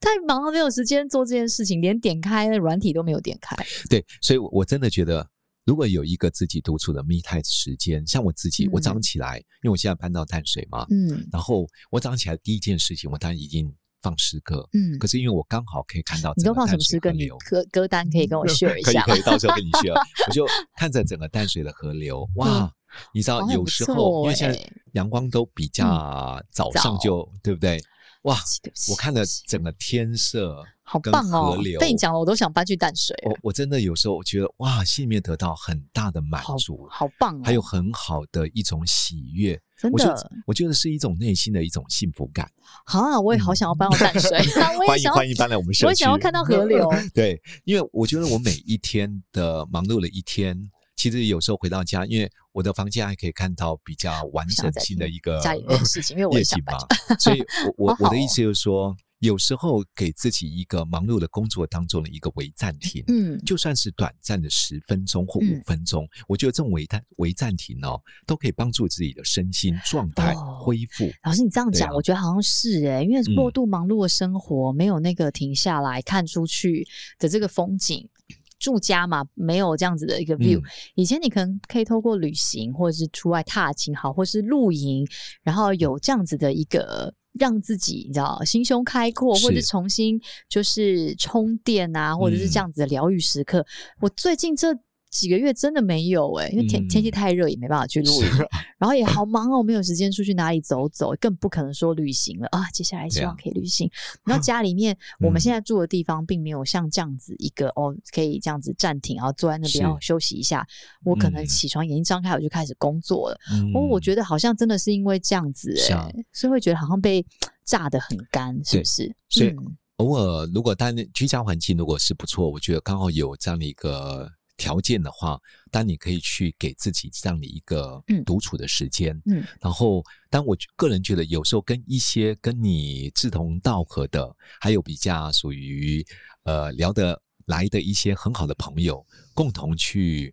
[SPEAKER 2] 太忙了，没有时间做这件事情，连点开那软体都没有点开。
[SPEAKER 4] 对，所以我我真的觉得。如果有一个自己独处的 me time 时间，像我自己，我早上起来，因为我现在搬到淡水嘛，
[SPEAKER 2] 嗯
[SPEAKER 4] 然后我早上起来第一件事情，我当然已经放诗歌，
[SPEAKER 2] 嗯
[SPEAKER 4] 可，是因为我刚好可以看到
[SPEAKER 2] 你
[SPEAKER 4] 整
[SPEAKER 2] 都
[SPEAKER 4] 个
[SPEAKER 2] 放什
[SPEAKER 4] 淡
[SPEAKER 2] 么
[SPEAKER 4] 水
[SPEAKER 2] 诗
[SPEAKER 4] 河
[SPEAKER 2] 歌？你
[SPEAKER 4] 流，
[SPEAKER 2] 歌歌单可以跟我 share 一
[SPEAKER 4] 可以
[SPEAKER 2] 下吗
[SPEAKER 4] 可以，到时候跟你学。我就看着整个淡水的河流，哇！你知
[SPEAKER 2] 好
[SPEAKER 4] 道
[SPEAKER 2] 像
[SPEAKER 4] 有
[SPEAKER 2] 嗯哦不
[SPEAKER 4] 时
[SPEAKER 2] 错
[SPEAKER 4] 候因为现在
[SPEAKER 2] 欸
[SPEAKER 4] 阳光都比较早上
[SPEAKER 2] 早
[SPEAKER 4] 就对不对？哇！
[SPEAKER 2] 对不起
[SPEAKER 4] 我看
[SPEAKER 2] 对
[SPEAKER 4] 了
[SPEAKER 2] 不起
[SPEAKER 4] 整个天色，
[SPEAKER 2] 好
[SPEAKER 4] 跟
[SPEAKER 2] 棒哦
[SPEAKER 4] 河流！哦
[SPEAKER 2] 被你讲了，我都想搬去淡水了
[SPEAKER 4] 我我真的有时候我觉得哇，心里面得到很大的满
[SPEAKER 2] 好
[SPEAKER 4] 足，
[SPEAKER 2] 好棒哦！
[SPEAKER 4] 还有很好的一种喜悦。
[SPEAKER 2] 真
[SPEAKER 4] 我觉
[SPEAKER 2] 的
[SPEAKER 4] 得我觉得是一种内心的一种幸福感。
[SPEAKER 2] 啊，我也好想要搬到淡 水，我
[SPEAKER 4] 嗯欢
[SPEAKER 2] 也
[SPEAKER 4] 迎
[SPEAKER 2] 想
[SPEAKER 4] 欢
[SPEAKER 2] 要，
[SPEAKER 4] 迎搬来我们社区，
[SPEAKER 2] 我也想要看到河 流。
[SPEAKER 4] 对，因为我觉得我每一天的忙碌了一天，其实有时候回到家，因为我的房间还可以看到比较完
[SPEAKER 2] 想
[SPEAKER 4] 整
[SPEAKER 2] 再
[SPEAKER 4] 性的
[SPEAKER 2] 听
[SPEAKER 4] 一个
[SPEAKER 2] 家里面的事情因为我也
[SPEAKER 4] 夜
[SPEAKER 2] 想
[SPEAKER 4] 景
[SPEAKER 2] 搬
[SPEAKER 4] 嘛，所以 我我
[SPEAKER 2] 好
[SPEAKER 4] 我的
[SPEAKER 2] 好
[SPEAKER 4] 意
[SPEAKER 2] 哦
[SPEAKER 4] 思就是说，有时候给自己一个忙碌的工作当中的一个微暂停。
[SPEAKER 2] 嗯，
[SPEAKER 4] 就算是短暂的十分钟或
[SPEAKER 2] 嗯
[SPEAKER 4] 五分钟，我觉得这种微暂微暂停哦，都可以帮助自己的身心状态
[SPEAKER 2] 哦
[SPEAKER 4] 恢复。
[SPEAKER 2] 老师你这样
[SPEAKER 4] 对
[SPEAKER 2] 讲，
[SPEAKER 4] 啊嗯
[SPEAKER 2] 我觉得好像是哎、因为过度忙碌的生活，没有那个停下来看出去的这个风景。住家嘛，没有这样子的一个 view、
[SPEAKER 4] 嗯
[SPEAKER 2] 以前你可能可以透过旅行，或者是出外踏青，好，或是露营，然后有这样子的一个让自己你知道心胸开阔，
[SPEAKER 4] 是嗯
[SPEAKER 2] 或者是重新就是充电啊，或者是这样子的疗愈时刻。我最近这几个月真的没有哎、因为天、
[SPEAKER 4] 嗯啊
[SPEAKER 2] 天气太热，也没办法去露营，然后也好忙哦，没有时间出去哪里走走，更不可能说旅行了啊。接下来希望
[SPEAKER 4] 对啊嗯
[SPEAKER 2] 可以旅行。然后家里 面，我们现在住的地方并没有像这样子一个哦，可以这样子暂停，然后坐在那边
[SPEAKER 4] 是
[SPEAKER 2] 哦休息一下。我可能
[SPEAKER 4] 嗯
[SPEAKER 2] 起床眼睛张开，我就开始工作了。哦，
[SPEAKER 4] 嗯
[SPEAKER 2] 我觉得好像真的是因为这样子、
[SPEAKER 4] 是
[SPEAKER 2] 欸，
[SPEAKER 4] 啊
[SPEAKER 2] 所以会觉得好像被榨得很干，是不
[SPEAKER 4] 对
[SPEAKER 2] 是？
[SPEAKER 4] 所以
[SPEAKER 2] 嗯
[SPEAKER 4] 偶尔如果当然居家环境如果是不错，我觉得刚好有这样的一个条件的话，当你可以去给自己这样的一个
[SPEAKER 2] 嗯
[SPEAKER 4] 独处的时间。
[SPEAKER 2] 嗯
[SPEAKER 4] 然后，当我个人觉得有时候跟一些跟你志同道合的，还有比较属于呃聊得来的一些很好的朋友，共同去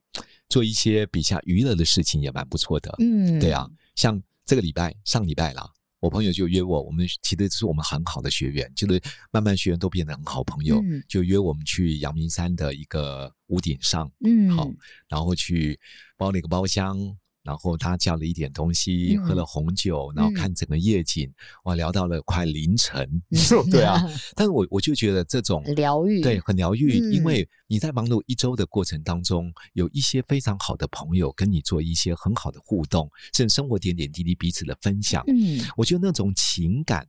[SPEAKER 4] 做一些比较娱乐的事情，也蛮不错的。
[SPEAKER 2] 嗯，
[SPEAKER 4] 对啊，像这个礼拜上礼拜啦，我朋友就约我，我们其实是我们很好的学员，就是慢慢学员都变得很好朋友，
[SPEAKER 2] 嗯
[SPEAKER 4] 就约我们去阳明山的一个屋顶上，
[SPEAKER 2] 嗯，
[SPEAKER 4] 好，然后去包了一个包厢。然后他叫了一点东西，
[SPEAKER 2] 嗯
[SPEAKER 4] 喝了红酒，然后
[SPEAKER 2] 嗯
[SPEAKER 4] 看整个夜景，哇，聊到了快凌晨
[SPEAKER 2] 嗯，
[SPEAKER 4] 对啊。但是我我就觉得这种
[SPEAKER 2] 疗愈，
[SPEAKER 4] 对，很疗愈，
[SPEAKER 2] 嗯
[SPEAKER 4] 因为你在忙碌一周的过程当中，有一些非常好的朋友跟你做一些很好的互动，甚至生活点点滴滴彼此的分享。
[SPEAKER 2] 嗯，
[SPEAKER 4] 我觉得那种情感，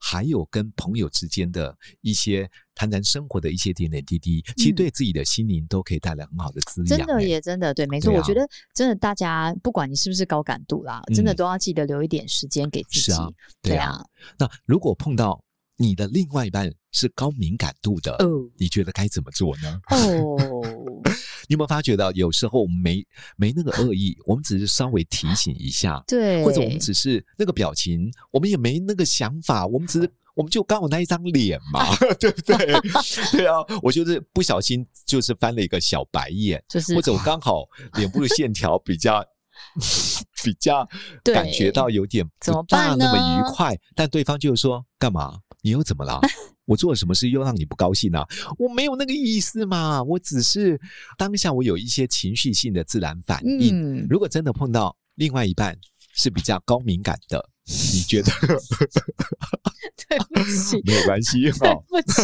[SPEAKER 4] 还有跟朋友之间的一些谈谈生活的一些点点滴滴，其实
[SPEAKER 2] 嗯
[SPEAKER 4] 对自己的心灵都可以带来很好的滋养、
[SPEAKER 2] 真的
[SPEAKER 4] 欸
[SPEAKER 2] 也真的对，没错。
[SPEAKER 4] 对啊
[SPEAKER 2] 我觉得真的，大家不管你是不是高感度啦，真的
[SPEAKER 4] 嗯
[SPEAKER 2] 都要记得留一点时间给自己。
[SPEAKER 4] 是啊
[SPEAKER 2] 对
[SPEAKER 4] 对啊，那如果碰到你的另外一半是高敏感度的，
[SPEAKER 2] 哦
[SPEAKER 4] 你觉得该怎么做呢？
[SPEAKER 2] 哦，
[SPEAKER 4] 你有没有发觉到，有时候我们没没那个恶意，我们只是稍微提醒一下，
[SPEAKER 2] 对，
[SPEAKER 4] 或者我们只是那个表情，我们也没那个想法，我们只是。我们就刚好那一张脸嘛， 对不对？ 对啊，我就是不小心就是翻了一个小白眼，
[SPEAKER 2] 就是啊
[SPEAKER 4] 或者我刚好脸部的线条比 较比较
[SPEAKER 2] 对
[SPEAKER 4] 感觉到有点
[SPEAKER 2] 怎么
[SPEAKER 4] 不大
[SPEAKER 2] 办
[SPEAKER 4] 那
[SPEAKER 2] 呢
[SPEAKER 4] 么愉快，但对方就说干嘛？你又怎么了？我做了什么事又让你不高兴啊？我没有那个意思嘛，我只是当下我有一些情绪性的自然反应，
[SPEAKER 2] 嗯，
[SPEAKER 4] 如果真的碰到另外一半是比较高敏感的，你觉得
[SPEAKER 2] 对 不起，
[SPEAKER 4] 没有关 系哈
[SPEAKER 2] 对？不起，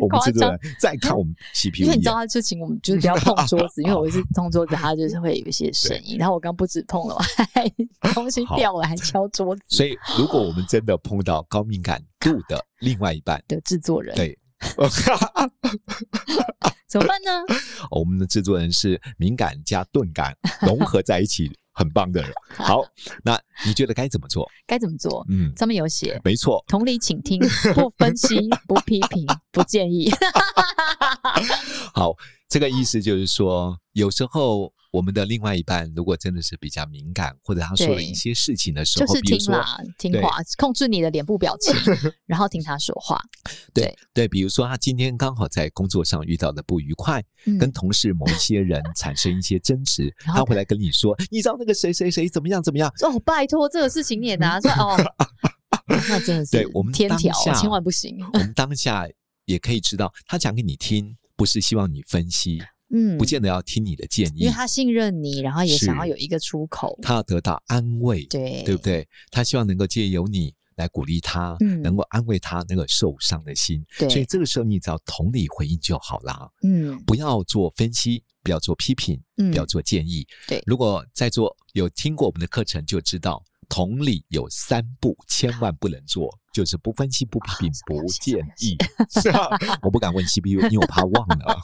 [SPEAKER 4] 我们这
[SPEAKER 2] 夸
[SPEAKER 4] 个再看我们嬉皮
[SPEAKER 2] 因
[SPEAKER 4] 一
[SPEAKER 2] 为你知道
[SPEAKER 4] 眼，
[SPEAKER 2] 他就请我们就是不要碰桌子，因为我一 直碰桌子，他就是会有一些声音。然后我刚不止碰了，我 还东西掉了，还敲桌子。
[SPEAKER 4] 所以如果我们真的碰到高敏感度的另外一半，
[SPEAKER 2] 的制作人，
[SPEAKER 4] 对，
[SPEAKER 2] 怎么办呢？
[SPEAKER 4] 我们的制作人是敏感加钝感融合在一起，很棒的人。好，那你觉得该怎么做？
[SPEAKER 2] 该怎么做？
[SPEAKER 4] 嗯，
[SPEAKER 2] 上面有写，
[SPEAKER 4] 没错，
[SPEAKER 2] 同理，请听，不分析，不批评，不建 议。
[SPEAKER 4] 好，这个意思就是说，有时候我们的另外一半如果真的是比较敏感，或者他说了
[SPEAKER 2] 对
[SPEAKER 4] 一些事情的时
[SPEAKER 2] 就
[SPEAKER 4] 候，
[SPEAKER 2] 是
[SPEAKER 4] 比如
[SPEAKER 2] 听
[SPEAKER 4] 说
[SPEAKER 2] 啦，听话，控制你的脸部 表情，然后听他说话。
[SPEAKER 4] 对对，比如说他今天刚好在工作上遇到的不愉快，
[SPEAKER 2] 嗯
[SPEAKER 4] 跟同事某一 些人产生一些争执，
[SPEAKER 2] 然后
[SPEAKER 4] 他回来跟你说，你知道那个谁谁谁怎么样怎么样。
[SPEAKER 2] 哦，拜托，这个事情你也拿出来 哦，那真的是
[SPEAKER 4] 对我们
[SPEAKER 2] 天
[SPEAKER 4] 当
[SPEAKER 2] 条
[SPEAKER 4] 下
[SPEAKER 2] 千万不行。
[SPEAKER 4] 我们当下也可以知道，他讲给你听，不是希望你分析，
[SPEAKER 2] 嗯
[SPEAKER 4] 不，见得要听你的建
[SPEAKER 2] 因
[SPEAKER 4] 议
[SPEAKER 2] 为，他信任你，然后也
[SPEAKER 4] 是
[SPEAKER 2] 想要有一个出口。
[SPEAKER 4] 他要得到安慰，
[SPEAKER 2] 对，
[SPEAKER 4] 对不？对？他希望能够借由你来鼓励他，
[SPEAKER 2] 嗯
[SPEAKER 4] 能够安慰他那个受伤的心。
[SPEAKER 2] 对
[SPEAKER 4] 所以这个时候你只要同理回应就好啦，
[SPEAKER 2] 嗯
[SPEAKER 4] 不要做分析，不要做批评，
[SPEAKER 2] 嗯
[SPEAKER 4] 不要做建议。
[SPEAKER 2] 对
[SPEAKER 4] 如果在座有听过我们的课程，就知道同理有三不，千万不能做，就是不分析、不批评、
[SPEAKER 2] 么
[SPEAKER 4] 不
[SPEAKER 2] 东西
[SPEAKER 4] 建议。是啊 我不敢问 CPU，因为我怕忘了。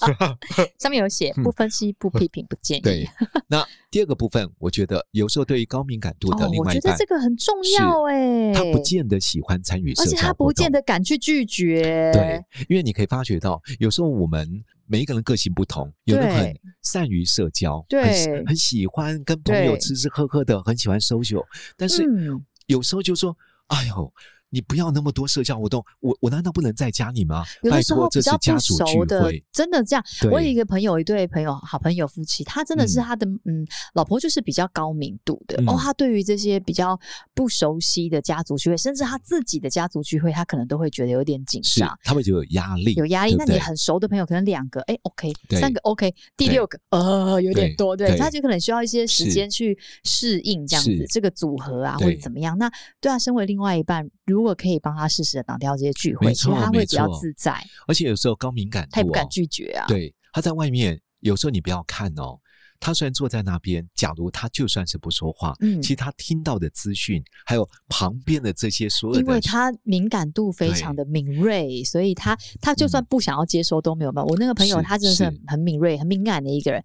[SPEAKER 2] 上面有写不分析、不批评、不建议。
[SPEAKER 4] 嗯对，那第二个部分，我觉得有时候对于高敏感度的
[SPEAKER 2] 哦，
[SPEAKER 4] 另
[SPEAKER 2] 我
[SPEAKER 4] 外
[SPEAKER 2] 觉
[SPEAKER 4] 一半，
[SPEAKER 2] 得这个很重要哎。
[SPEAKER 4] 他不，见得喜欢参与社
[SPEAKER 2] 而
[SPEAKER 4] 交
[SPEAKER 2] 且他
[SPEAKER 4] 活
[SPEAKER 2] 不
[SPEAKER 4] 动
[SPEAKER 2] 见得敢去拒绝。
[SPEAKER 4] 对，，因为你可以发觉到，有时候我们每一个人个性不同，有人很
[SPEAKER 2] 对
[SPEAKER 4] 善于社交，
[SPEAKER 2] 对
[SPEAKER 4] 很喜很喜欢跟朋友
[SPEAKER 2] 对
[SPEAKER 4] 吃吃喝喝的，很喜欢 social，但是
[SPEAKER 2] 嗯
[SPEAKER 4] 有时候就说，哎呦。你不要那么多社交活动，我我难道不能在家里吗？
[SPEAKER 2] 有
[SPEAKER 4] 拜
[SPEAKER 2] 的时
[SPEAKER 4] 托，
[SPEAKER 2] 候
[SPEAKER 4] 这
[SPEAKER 2] 比
[SPEAKER 4] 是
[SPEAKER 2] 较
[SPEAKER 4] 家
[SPEAKER 2] 不
[SPEAKER 4] 属聚
[SPEAKER 2] 熟的
[SPEAKER 4] 会，，
[SPEAKER 2] 真的这样。
[SPEAKER 4] 对
[SPEAKER 2] 我有一个朋友，一对朋友，好朋友夫妻，他真的是
[SPEAKER 4] 嗯
[SPEAKER 2] 他的嗯老婆就是比较高敏度的、
[SPEAKER 4] 嗯
[SPEAKER 2] 哦，他对于这些比较不熟悉的家族聚会，甚至他自己的家族聚会，他可能都会觉得有点紧
[SPEAKER 4] 是
[SPEAKER 2] 张。
[SPEAKER 4] 他们就有压力，
[SPEAKER 2] 有压力，
[SPEAKER 4] 对不
[SPEAKER 2] 那你
[SPEAKER 4] 对
[SPEAKER 2] 很熟的朋友可能两个，哎，OK，
[SPEAKER 4] 对
[SPEAKER 2] 三个 OK，第
[SPEAKER 4] 对
[SPEAKER 2] 六个呃有点
[SPEAKER 4] 对
[SPEAKER 2] 多，对，
[SPEAKER 4] 对
[SPEAKER 2] 他就可能需要一些时
[SPEAKER 4] 是
[SPEAKER 2] 间去适应这样
[SPEAKER 4] 是
[SPEAKER 2] 子这个组合啊，或
[SPEAKER 4] 对
[SPEAKER 2] 者怎么样。那对啊，身为另外一半，如果可以帮他适时的挡掉这些聚会，
[SPEAKER 4] 没
[SPEAKER 2] 其实他
[SPEAKER 4] 错
[SPEAKER 2] 会
[SPEAKER 4] 没
[SPEAKER 2] 比较
[SPEAKER 4] 错
[SPEAKER 2] 自在，
[SPEAKER 4] 而且有时候高敏感度、哦，
[SPEAKER 2] 他也不敢拒绝啊。
[SPEAKER 4] 对，他在外面有时候你不要看哦，他虽然坐在那边，假如他就算是不说话，
[SPEAKER 2] 嗯
[SPEAKER 4] 其实他听到的资讯，还有旁边的这些所有
[SPEAKER 2] 因
[SPEAKER 4] 的
[SPEAKER 2] 为，他敏感度非常的敏锐，所以他他就算不想要接收都没有办法。我那个朋友
[SPEAKER 4] 嗯是
[SPEAKER 2] 他真的是很
[SPEAKER 4] 是
[SPEAKER 2] 很敏锐、很敏感的一个人，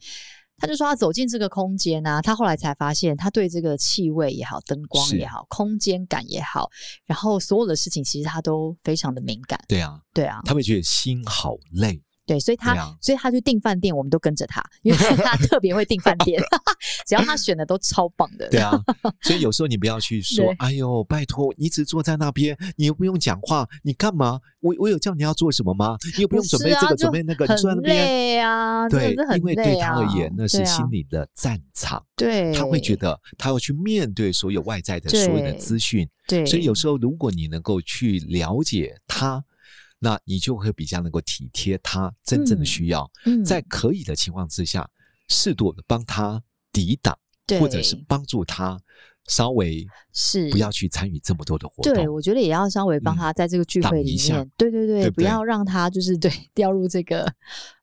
[SPEAKER 2] 他就说他走进这个空间啊，他后来才发现他对这个气味也好、灯光
[SPEAKER 4] 是
[SPEAKER 2] 也好、空间感也好，然后所有的事情其实他都非常的敏感。
[SPEAKER 4] 对啊，
[SPEAKER 2] 对啊，
[SPEAKER 4] 他们觉得心好累，
[SPEAKER 2] 对，所以他、
[SPEAKER 4] 对啊
[SPEAKER 2] 所以他去订饭店，我们都跟着他，因为他 特别会订饭店， 只要他选的都超棒的。
[SPEAKER 4] 对啊，所以有时候你不要去说
[SPEAKER 2] 对，
[SPEAKER 4] 哎呦，拜托，你一直坐在那边，你又不用讲话，你干嘛？我我有叫你要做什么吗？你又不用准备
[SPEAKER 2] 是啊
[SPEAKER 4] 这个，
[SPEAKER 2] 就
[SPEAKER 4] 准备那个，你
[SPEAKER 2] 很
[SPEAKER 4] 坐在那边。
[SPEAKER 2] 累啊，真
[SPEAKER 4] 对
[SPEAKER 2] 的是，很
[SPEAKER 4] 因为对
[SPEAKER 2] 累
[SPEAKER 4] 他
[SPEAKER 2] 啊
[SPEAKER 4] 而言，那是
[SPEAKER 2] 对啊
[SPEAKER 4] 心理的战场，
[SPEAKER 2] 对，
[SPEAKER 4] 他会觉得他要去面对所有外在的
[SPEAKER 2] 对
[SPEAKER 4] 所有的资讯，
[SPEAKER 2] 对，
[SPEAKER 4] 所以有时候，如果你能够去了解他，那你就会比较能够体贴他真正的需要，
[SPEAKER 2] 嗯
[SPEAKER 4] 在可以的情况之下，适度的帮他抵挡，或者是
[SPEAKER 2] 对
[SPEAKER 4] 帮助他稍微
[SPEAKER 2] 是
[SPEAKER 4] 不要去参与这么多的活
[SPEAKER 2] 对，
[SPEAKER 4] 动。嗯
[SPEAKER 2] 我觉得也要稍微帮他在这个聚
[SPEAKER 4] 挡
[SPEAKER 2] 会
[SPEAKER 4] 一
[SPEAKER 2] 里
[SPEAKER 4] 下
[SPEAKER 2] 面，对对对，
[SPEAKER 4] 对不
[SPEAKER 2] 不
[SPEAKER 4] 对
[SPEAKER 2] 要让他就是 对掉入这个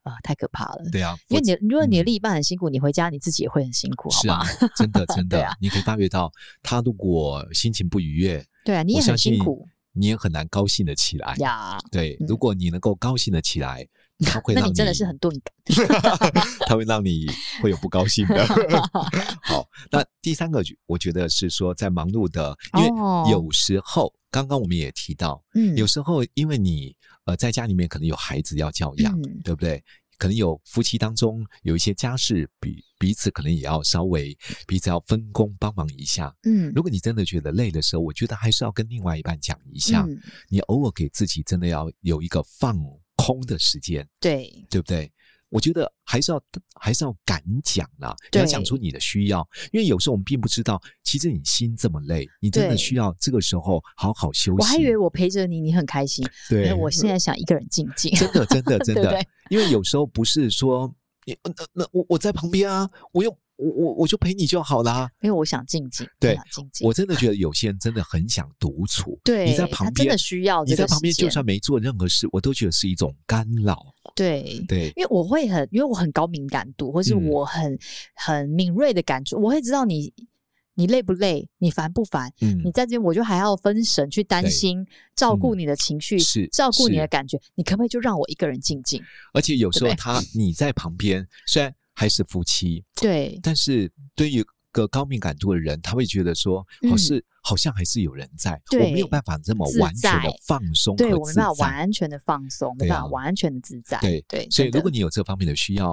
[SPEAKER 2] 呃太可怕了。
[SPEAKER 4] 对啊，
[SPEAKER 2] 因为
[SPEAKER 4] 否
[SPEAKER 2] 你
[SPEAKER 4] 则
[SPEAKER 2] 的，如果你的
[SPEAKER 4] 嗯
[SPEAKER 2] 另一半很辛苦，你回家你自己也会很辛苦，好
[SPEAKER 4] 是
[SPEAKER 2] 吗
[SPEAKER 4] 啊？，真的真
[SPEAKER 2] 对
[SPEAKER 4] 的，
[SPEAKER 2] 啊
[SPEAKER 4] 你可以发觉到他如果心情不愉悦，
[SPEAKER 2] 对啊，你
[SPEAKER 4] 我
[SPEAKER 2] 也
[SPEAKER 4] 相
[SPEAKER 2] 很辛
[SPEAKER 4] 信哎
[SPEAKER 2] 苦
[SPEAKER 4] 你也很难高兴的起来。
[SPEAKER 2] 呀。
[SPEAKER 4] 对，
[SPEAKER 2] 嗯
[SPEAKER 4] 如果你能够高兴的起 来，他会
[SPEAKER 2] 那
[SPEAKER 4] 让
[SPEAKER 2] 你真的是很钝感，
[SPEAKER 4] 它会让你会有不高 兴的。好，那第三个就，我觉得是说在忙碌的，因
[SPEAKER 2] 哦
[SPEAKER 4] 为有时候、刚刚我们也提到，
[SPEAKER 2] 嗯，
[SPEAKER 4] 有时候因为你呃在家里面可能有孩子要教养，
[SPEAKER 2] 嗯
[SPEAKER 4] 对不对？可能有夫妻当中有一些家事，彼彼此可能也要稍微彼此要分工帮忙一下。
[SPEAKER 2] 嗯
[SPEAKER 4] 如果你真的觉得累的时候，我觉得还是要跟另外一半讲一下，
[SPEAKER 2] 嗯
[SPEAKER 4] 你偶尔给自己真的要有一个放空的时间。
[SPEAKER 2] 对
[SPEAKER 4] 对不对？我觉得还是要还是要敢讲啦，你要
[SPEAKER 2] 对
[SPEAKER 4] 讲出你的需要，因为有时候我们并不知道，其实你心这么累，你真的
[SPEAKER 2] 对
[SPEAKER 4] 需要这个时候好好休息。
[SPEAKER 2] 我还以为我陪着你，你很开心，可
[SPEAKER 4] 对
[SPEAKER 2] 是我现在想一个人静静。
[SPEAKER 4] 真 的真的真
[SPEAKER 2] 对不
[SPEAKER 4] 的
[SPEAKER 2] 对，
[SPEAKER 4] 因为有时候不是说。你呃那那我我在旁边啊，我又我我我就陪你就好啦。
[SPEAKER 2] 因为我想静静，
[SPEAKER 4] 对
[SPEAKER 2] 我想静静，
[SPEAKER 4] 我真的觉得有些人真的很想独处，
[SPEAKER 2] 对
[SPEAKER 4] 你在
[SPEAKER 2] 他
[SPEAKER 4] 旁
[SPEAKER 2] 真
[SPEAKER 4] 边
[SPEAKER 2] 的，需要
[SPEAKER 4] 你
[SPEAKER 2] 这
[SPEAKER 4] 在
[SPEAKER 2] 个
[SPEAKER 4] 旁边
[SPEAKER 2] 时
[SPEAKER 4] 就
[SPEAKER 2] 间
[SPEAKER 4] 算没做任何事，我都觉得是一种干扰。
[SPEAKER 2] 对。
[SPEAKER 4] 对，
[SPEAKER 2] 因为我会很，因为我很高敏感度，或是
[SPEAKER 4] 嗯
[SPEAKER 2] 我很、很敏锐的感触，我会知道你你累不累，你烦不烦， 你
[SPEAKER 4] 嗯，
[SPEAKER 2] 在这边我就还要分神去担
[SPEAKER 4] 对
[SPEAKER 2] 心，照顾
[SPEAKER 4] 嗯
[SPEAKER 2] 你的情绪，
[SPEAKER 4] 是
[SPEAKER 2] 照顾你
[SPEAKER 4] 是
[SPEAKER 2] 的感觉，你可不可以就让我一个人静静？
[SPEAKER 4] 而且有时
[SPEAKER 2] 对
[SPEAKER 4] 候
[SPEAKER 2] 不对
[SPEAKER 4] 他你在旁边，虽然还是夫妻，
[SPEAKER 2] 对，
[SPEAKER 4] 但是对于一个高敏感度的人，他会觉得说，好
[SPEAKER 2] 嗯
[SPEAKER 4] 是、好像还是有人在，我
[SPEAKER 2] 对
[SPEAKER 4] 没有办法这么
[SPEAKER 2] 自
[SPEAKER 4] 完全的
[SPEAKER 2] 在
[SPEAKER 4] 放松
[SPEAKER 2] 对
[SPEAKER 4] 和
[SPEAKER 2] 我没
[SPEAKER 4] 自
[SPEAKER 2] 办法
[SPEAKER 4] 在。
[SPEAKER 2] 完全的放松，没
[SPEAKER 4] 对
[SPEAKER 2] 办
[SPEAKER 4] 啊
[SPEAKER 2] 法完全的自在。
[SPEAKER 4] 对
[SPEAKER 2] 对，
[SPEAKER 4] 所以，
[SPEAKER 2] 真
[SPEAKER 4] 如果
[SPEAKER 2] 的
[SPEAKER 4] 你有这方面的需要，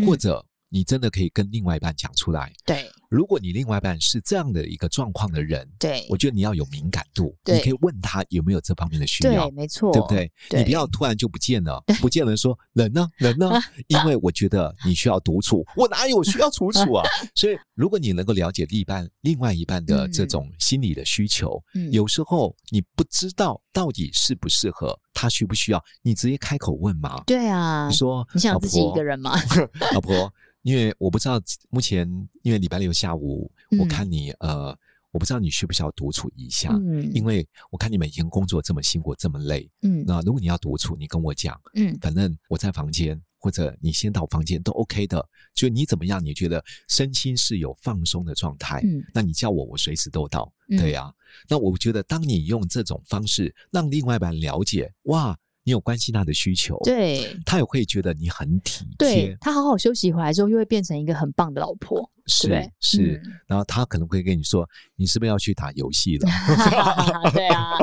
[SPEAKER 2] 嗯
[SPEAKER 4] 或者你真的可以跟另外一半讲出来。
[SPEAKER 2] 对
[SPEAKER 4] 如果你另外一半是这样的一个状况的人，
[SPEAKER 2] 对
[SPEAKER 4] 我觉得你要有敏感度，你
[SPEAKER 2] 对
[SPEAKER 4] 可以问他有没有这方面的需要
[SPEAKER 2] 对，，没错，
[SPEAKER 4] 对不对？你
[SPEAKER 2] 对
[SPEAKER 4] 不
[SPEAKER 2] 啊
[SPEAKER 4] 要突然就不见了，不见了说人呢人呢，因为我觉得你需要独处，我哪有需要独处 啊？所以如果你能够了解另一半另外一半的这
[SPEAKER 2] 嗯
[SPEAKER 4] 种心理的需求，
[SPEAKER 2] 嗯
[SPEAKER 4] 有时候你不知道到底适不适合，他需不需要，你直接开口问嘛。
[SPEAKER 2] 对啊
[SPEAKER 4] 你，说
[SPEAKER 2] 你想
[SPEAKER 4] 老
[SPEAKER 2] 自己一
[SPEAKER 4] 婆
[SPEAKER 2] 个人吗？啊
[SPEAKER 4] 老婆，因为我不知道目前，因为礼拜六下午，我
[SPEAKER 2] 嗯
[SPEAKER 4] 看你呃，我不知道你需不需要独处一下，
[SPEAKER 2] 嗯
[SPEAKER 4] 因为我看你每天工作这么辛苦，这么累，
[SPEAKER 2] 嗯
[SPEAKER 4] 那如果你要独处，你跟我讲，
[SPEAKER 2] 嗯，
[SPEAKER 4] 反正我在房间。或者你先到房间都 OK 的，就你怎么样？你觉得身心是有放松的状态，
[SPEAKER 2] 嗯
[SPEAKER 4] 那你叫我，我随时都到。
[SPEAKER 2] 嗯
[SPEAKER 4] 对呀、那我觉得当你用这种方式让另外一半了解，哇，你有关心他的需求，
[SPEAKER 2] 对。
[SPEAKER 4] 他也会觉得你很体贴
[SPEAKER 2] 对。他好好休息回来之后，又会变成一个很棒的老婆，对
[SPEAKER 4] 是
[SPEAKER 2] 不对？嗯
[SPEAKER 4] 是，然后他可能会跟你说，你是不是要去打游戏 了？
[SPEAKER 2] 嗯 对啊，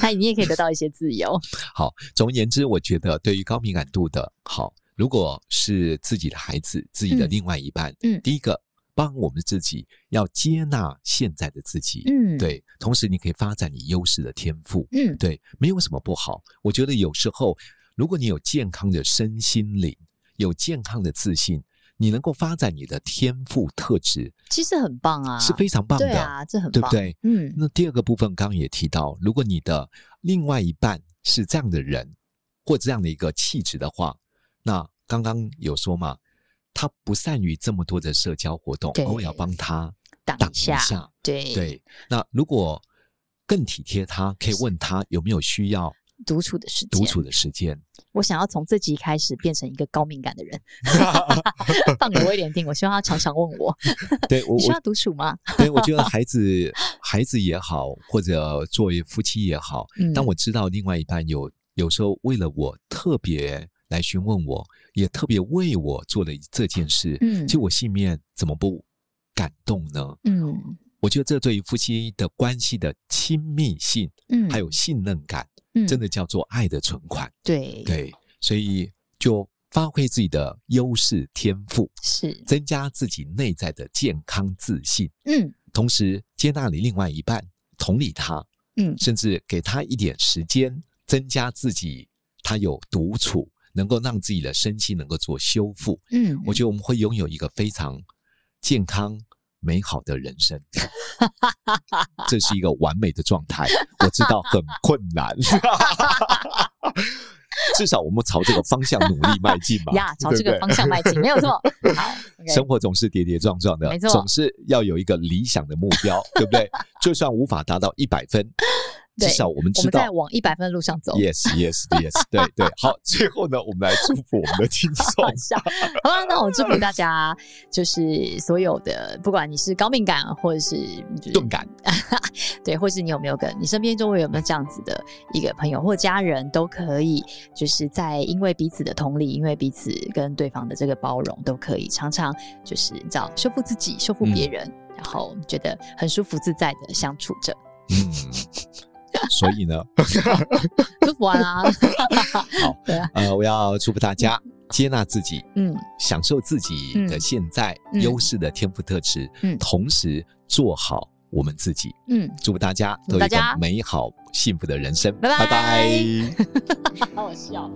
[SPEAKER 2] 他你也可以得到一些自由。
[SPEAKER 4] 好，总而言之，我觉得对于高敏感度的，好，如果是自己的孩子、自己的
[SPEAKER 2] 嗯
[SPEAKER 4] 另外一半，
[SPEAKER 2] 嗯
[SPEAKER 4] 第一个帮我们自己要接纳现在的自己，
[SPEAKER 2] 嗯，，
[SPEAKER 4] 对，同时你可以发展你优势的天赋，
[SPEAKER 2] 嗯，
[SPEAKER 4] 对，没有什么不好。我觉得有时候，如果你有健康的身心灵，有健康的自信，你能够发展你的天赋特质
[SPEAKER 2] 其实很棒啊，
[SPEAKER 4] 是非常棒的，
[SPEAKER 2] 对啊，这很
[SPEAKER 4] 对不
[SPEAKER 2] 棒，
[SPEAKER 4] 对？
[SPEAKER 2] 嗯，
[SPEAKER 4] 那第二个部分，刚刚也提到，如果你的另外一半是这样的人或这样的一个气质的话，那刚刚有说嘛，他不善于这么多的社交活动，
[SPEAKER 2] 对
[SPEAKER 4] 偶尔要帮他
[SPEAKER 2] 挡
[SPEAKER 4] 挡
[SPEAKER 2] 一
[SPEAKER 4] 一下。
[SPEAKER 2] 对，
[SPEAKER 4] 对，那如果更体贴他，可以问他有没有需要
[SPEAKER 2] 独处的时间，
[SPEAKER 4] 独处的时间。
[SPEAKER 2] 我想要从这集开始变成一个高敏感的 人，放给威廉听。我希望他常常问我
[SPEAKER 4] 对：“我，
[SPEAKER 2] 你需
[SPEAKER 4] 我
[SPEAKER 2] 要独处吗
[SPEAKER 4] 对我觉得孩子孩子也好，或者作为夫妻也好，？”
[SPEAKER 2] 嗯，
[SPEAKER 4] 当我知道另外一半有有时候为了我特别来询问我，也特别为我做了这件事，
[SPEAKER 2] 嗯
[SPEAKER 4] 其实我心里面怎么不感动呢？
[SPEAKER 2] 嗯
[SPEAKER 4] 我觉得这对于夫妻的关系的亲密性，
[SPEAKER 2] 嗯，
[SPEAKER 4] 还有信任感，
[SPEAKER 2] 嗯
[SPEAKER 4] 真的叫做爱的存款。
[SPEAKER 2] 对
[SPEAKER 4] 对，所以就发挥自己的优势天赋，
[SPEAKER 2] 是
[SPEAKER 4] 增加自己内在的健康自信，
[SPEAKER 2] 嗯
[SPEAKER 4] 同时接纳你另外一半，同理他，
[SPEAKER 2] 嗯
[SPEAKER 4] 甚至给他一点时间，增加自己他有独处，能够让自己的身心能够做修复。
[SPEAKER 2] 嗯，
[SPEAKER 4] 我觉得我们会拥有一个非常健康。美好的 人生，这是一个完美的状态。我知道很困 难，至少我们朝这个方向努力迈进嘛。
[SPEAKER 2] 呀，朝
[SPEAKER 4] 对
[SPEAKER 2] 这
[SPEAKER 4] 不
[SPEAKER 2] 个
[SPEAKER 4] 对
[SPEAKER 2] 方向迈进，没有错。 好
[SPEAKER 4] 生
[SPEAKER 2] ，OK，
[SPEAKER 4] 活总是跌跌撞撞的
[SPEAKER 2] 没，错
[SPEAKER 4] 总是要有一个理想的目标， 对不对？就算无法达到一百分，至
[SPEAKER 2] 对
[SPEAKER 4] 少我们
[SPEAKER 2] 我
[SPEAKER 4] 知
[SPEAKER 2] 们
[SPEAKER 4] 道
[SPEAKER 2] 在往一百分的路上走。
[SPEAKER 4] Yes, yes, yes，对对。好，最后呢，我们来祝福我们的听众
[SPEAKER 2] 好。笑。 好了，那我祝福大家，就是所有的，不管你是高敏感，或者是
[SPEAKER 4] 钝感，
[SPEAKER 2] 对，或是你有没有跟你身边周围有没有这样子的一个朋友或家人，都可以，就是在因为彼此的同理，因为彼此跟对方的这个包容，都可以常常就是你知道修复自己，修复
[SPEAKER 4] 嗯
[SPEAKER 2] 别人，然后觉得很舒服自在的相处着，
[SPEAKER 4] 嗯，所以呢，
[SPEAKER 2] 舒服完 啊，
[SPEAKER 4] 好，
[SPEAKER 2] 对啊，
[SPEAKER 4] 呃，我要祝福大家接纳自己，
[SPEAKER 2] 嗯，
[SPEAKER 4] 享受自己的现在
[SPEAKER 2] 嗯
[SPEAKER 4] 优势的天赋特质，
[SPEAKER 2] 嗯
[SPEAKER 4] 同时做好我们自己。
[SPEAKER 2] 嗯，
[SPEAKER 4] 祝福大家都
[SPEAKER 2] 祝
[SPEAKER 4] 有一
[SPEAKER 2] 大
[SPEAKER 4] 个
[SPEAKER 2] 家
[SPEAKER 4] 美好幸福的人生，
[SPEAKER 2] 拜拜
[SPEAKER 4] 拜拜
[SPEAKER 2] 好好笑。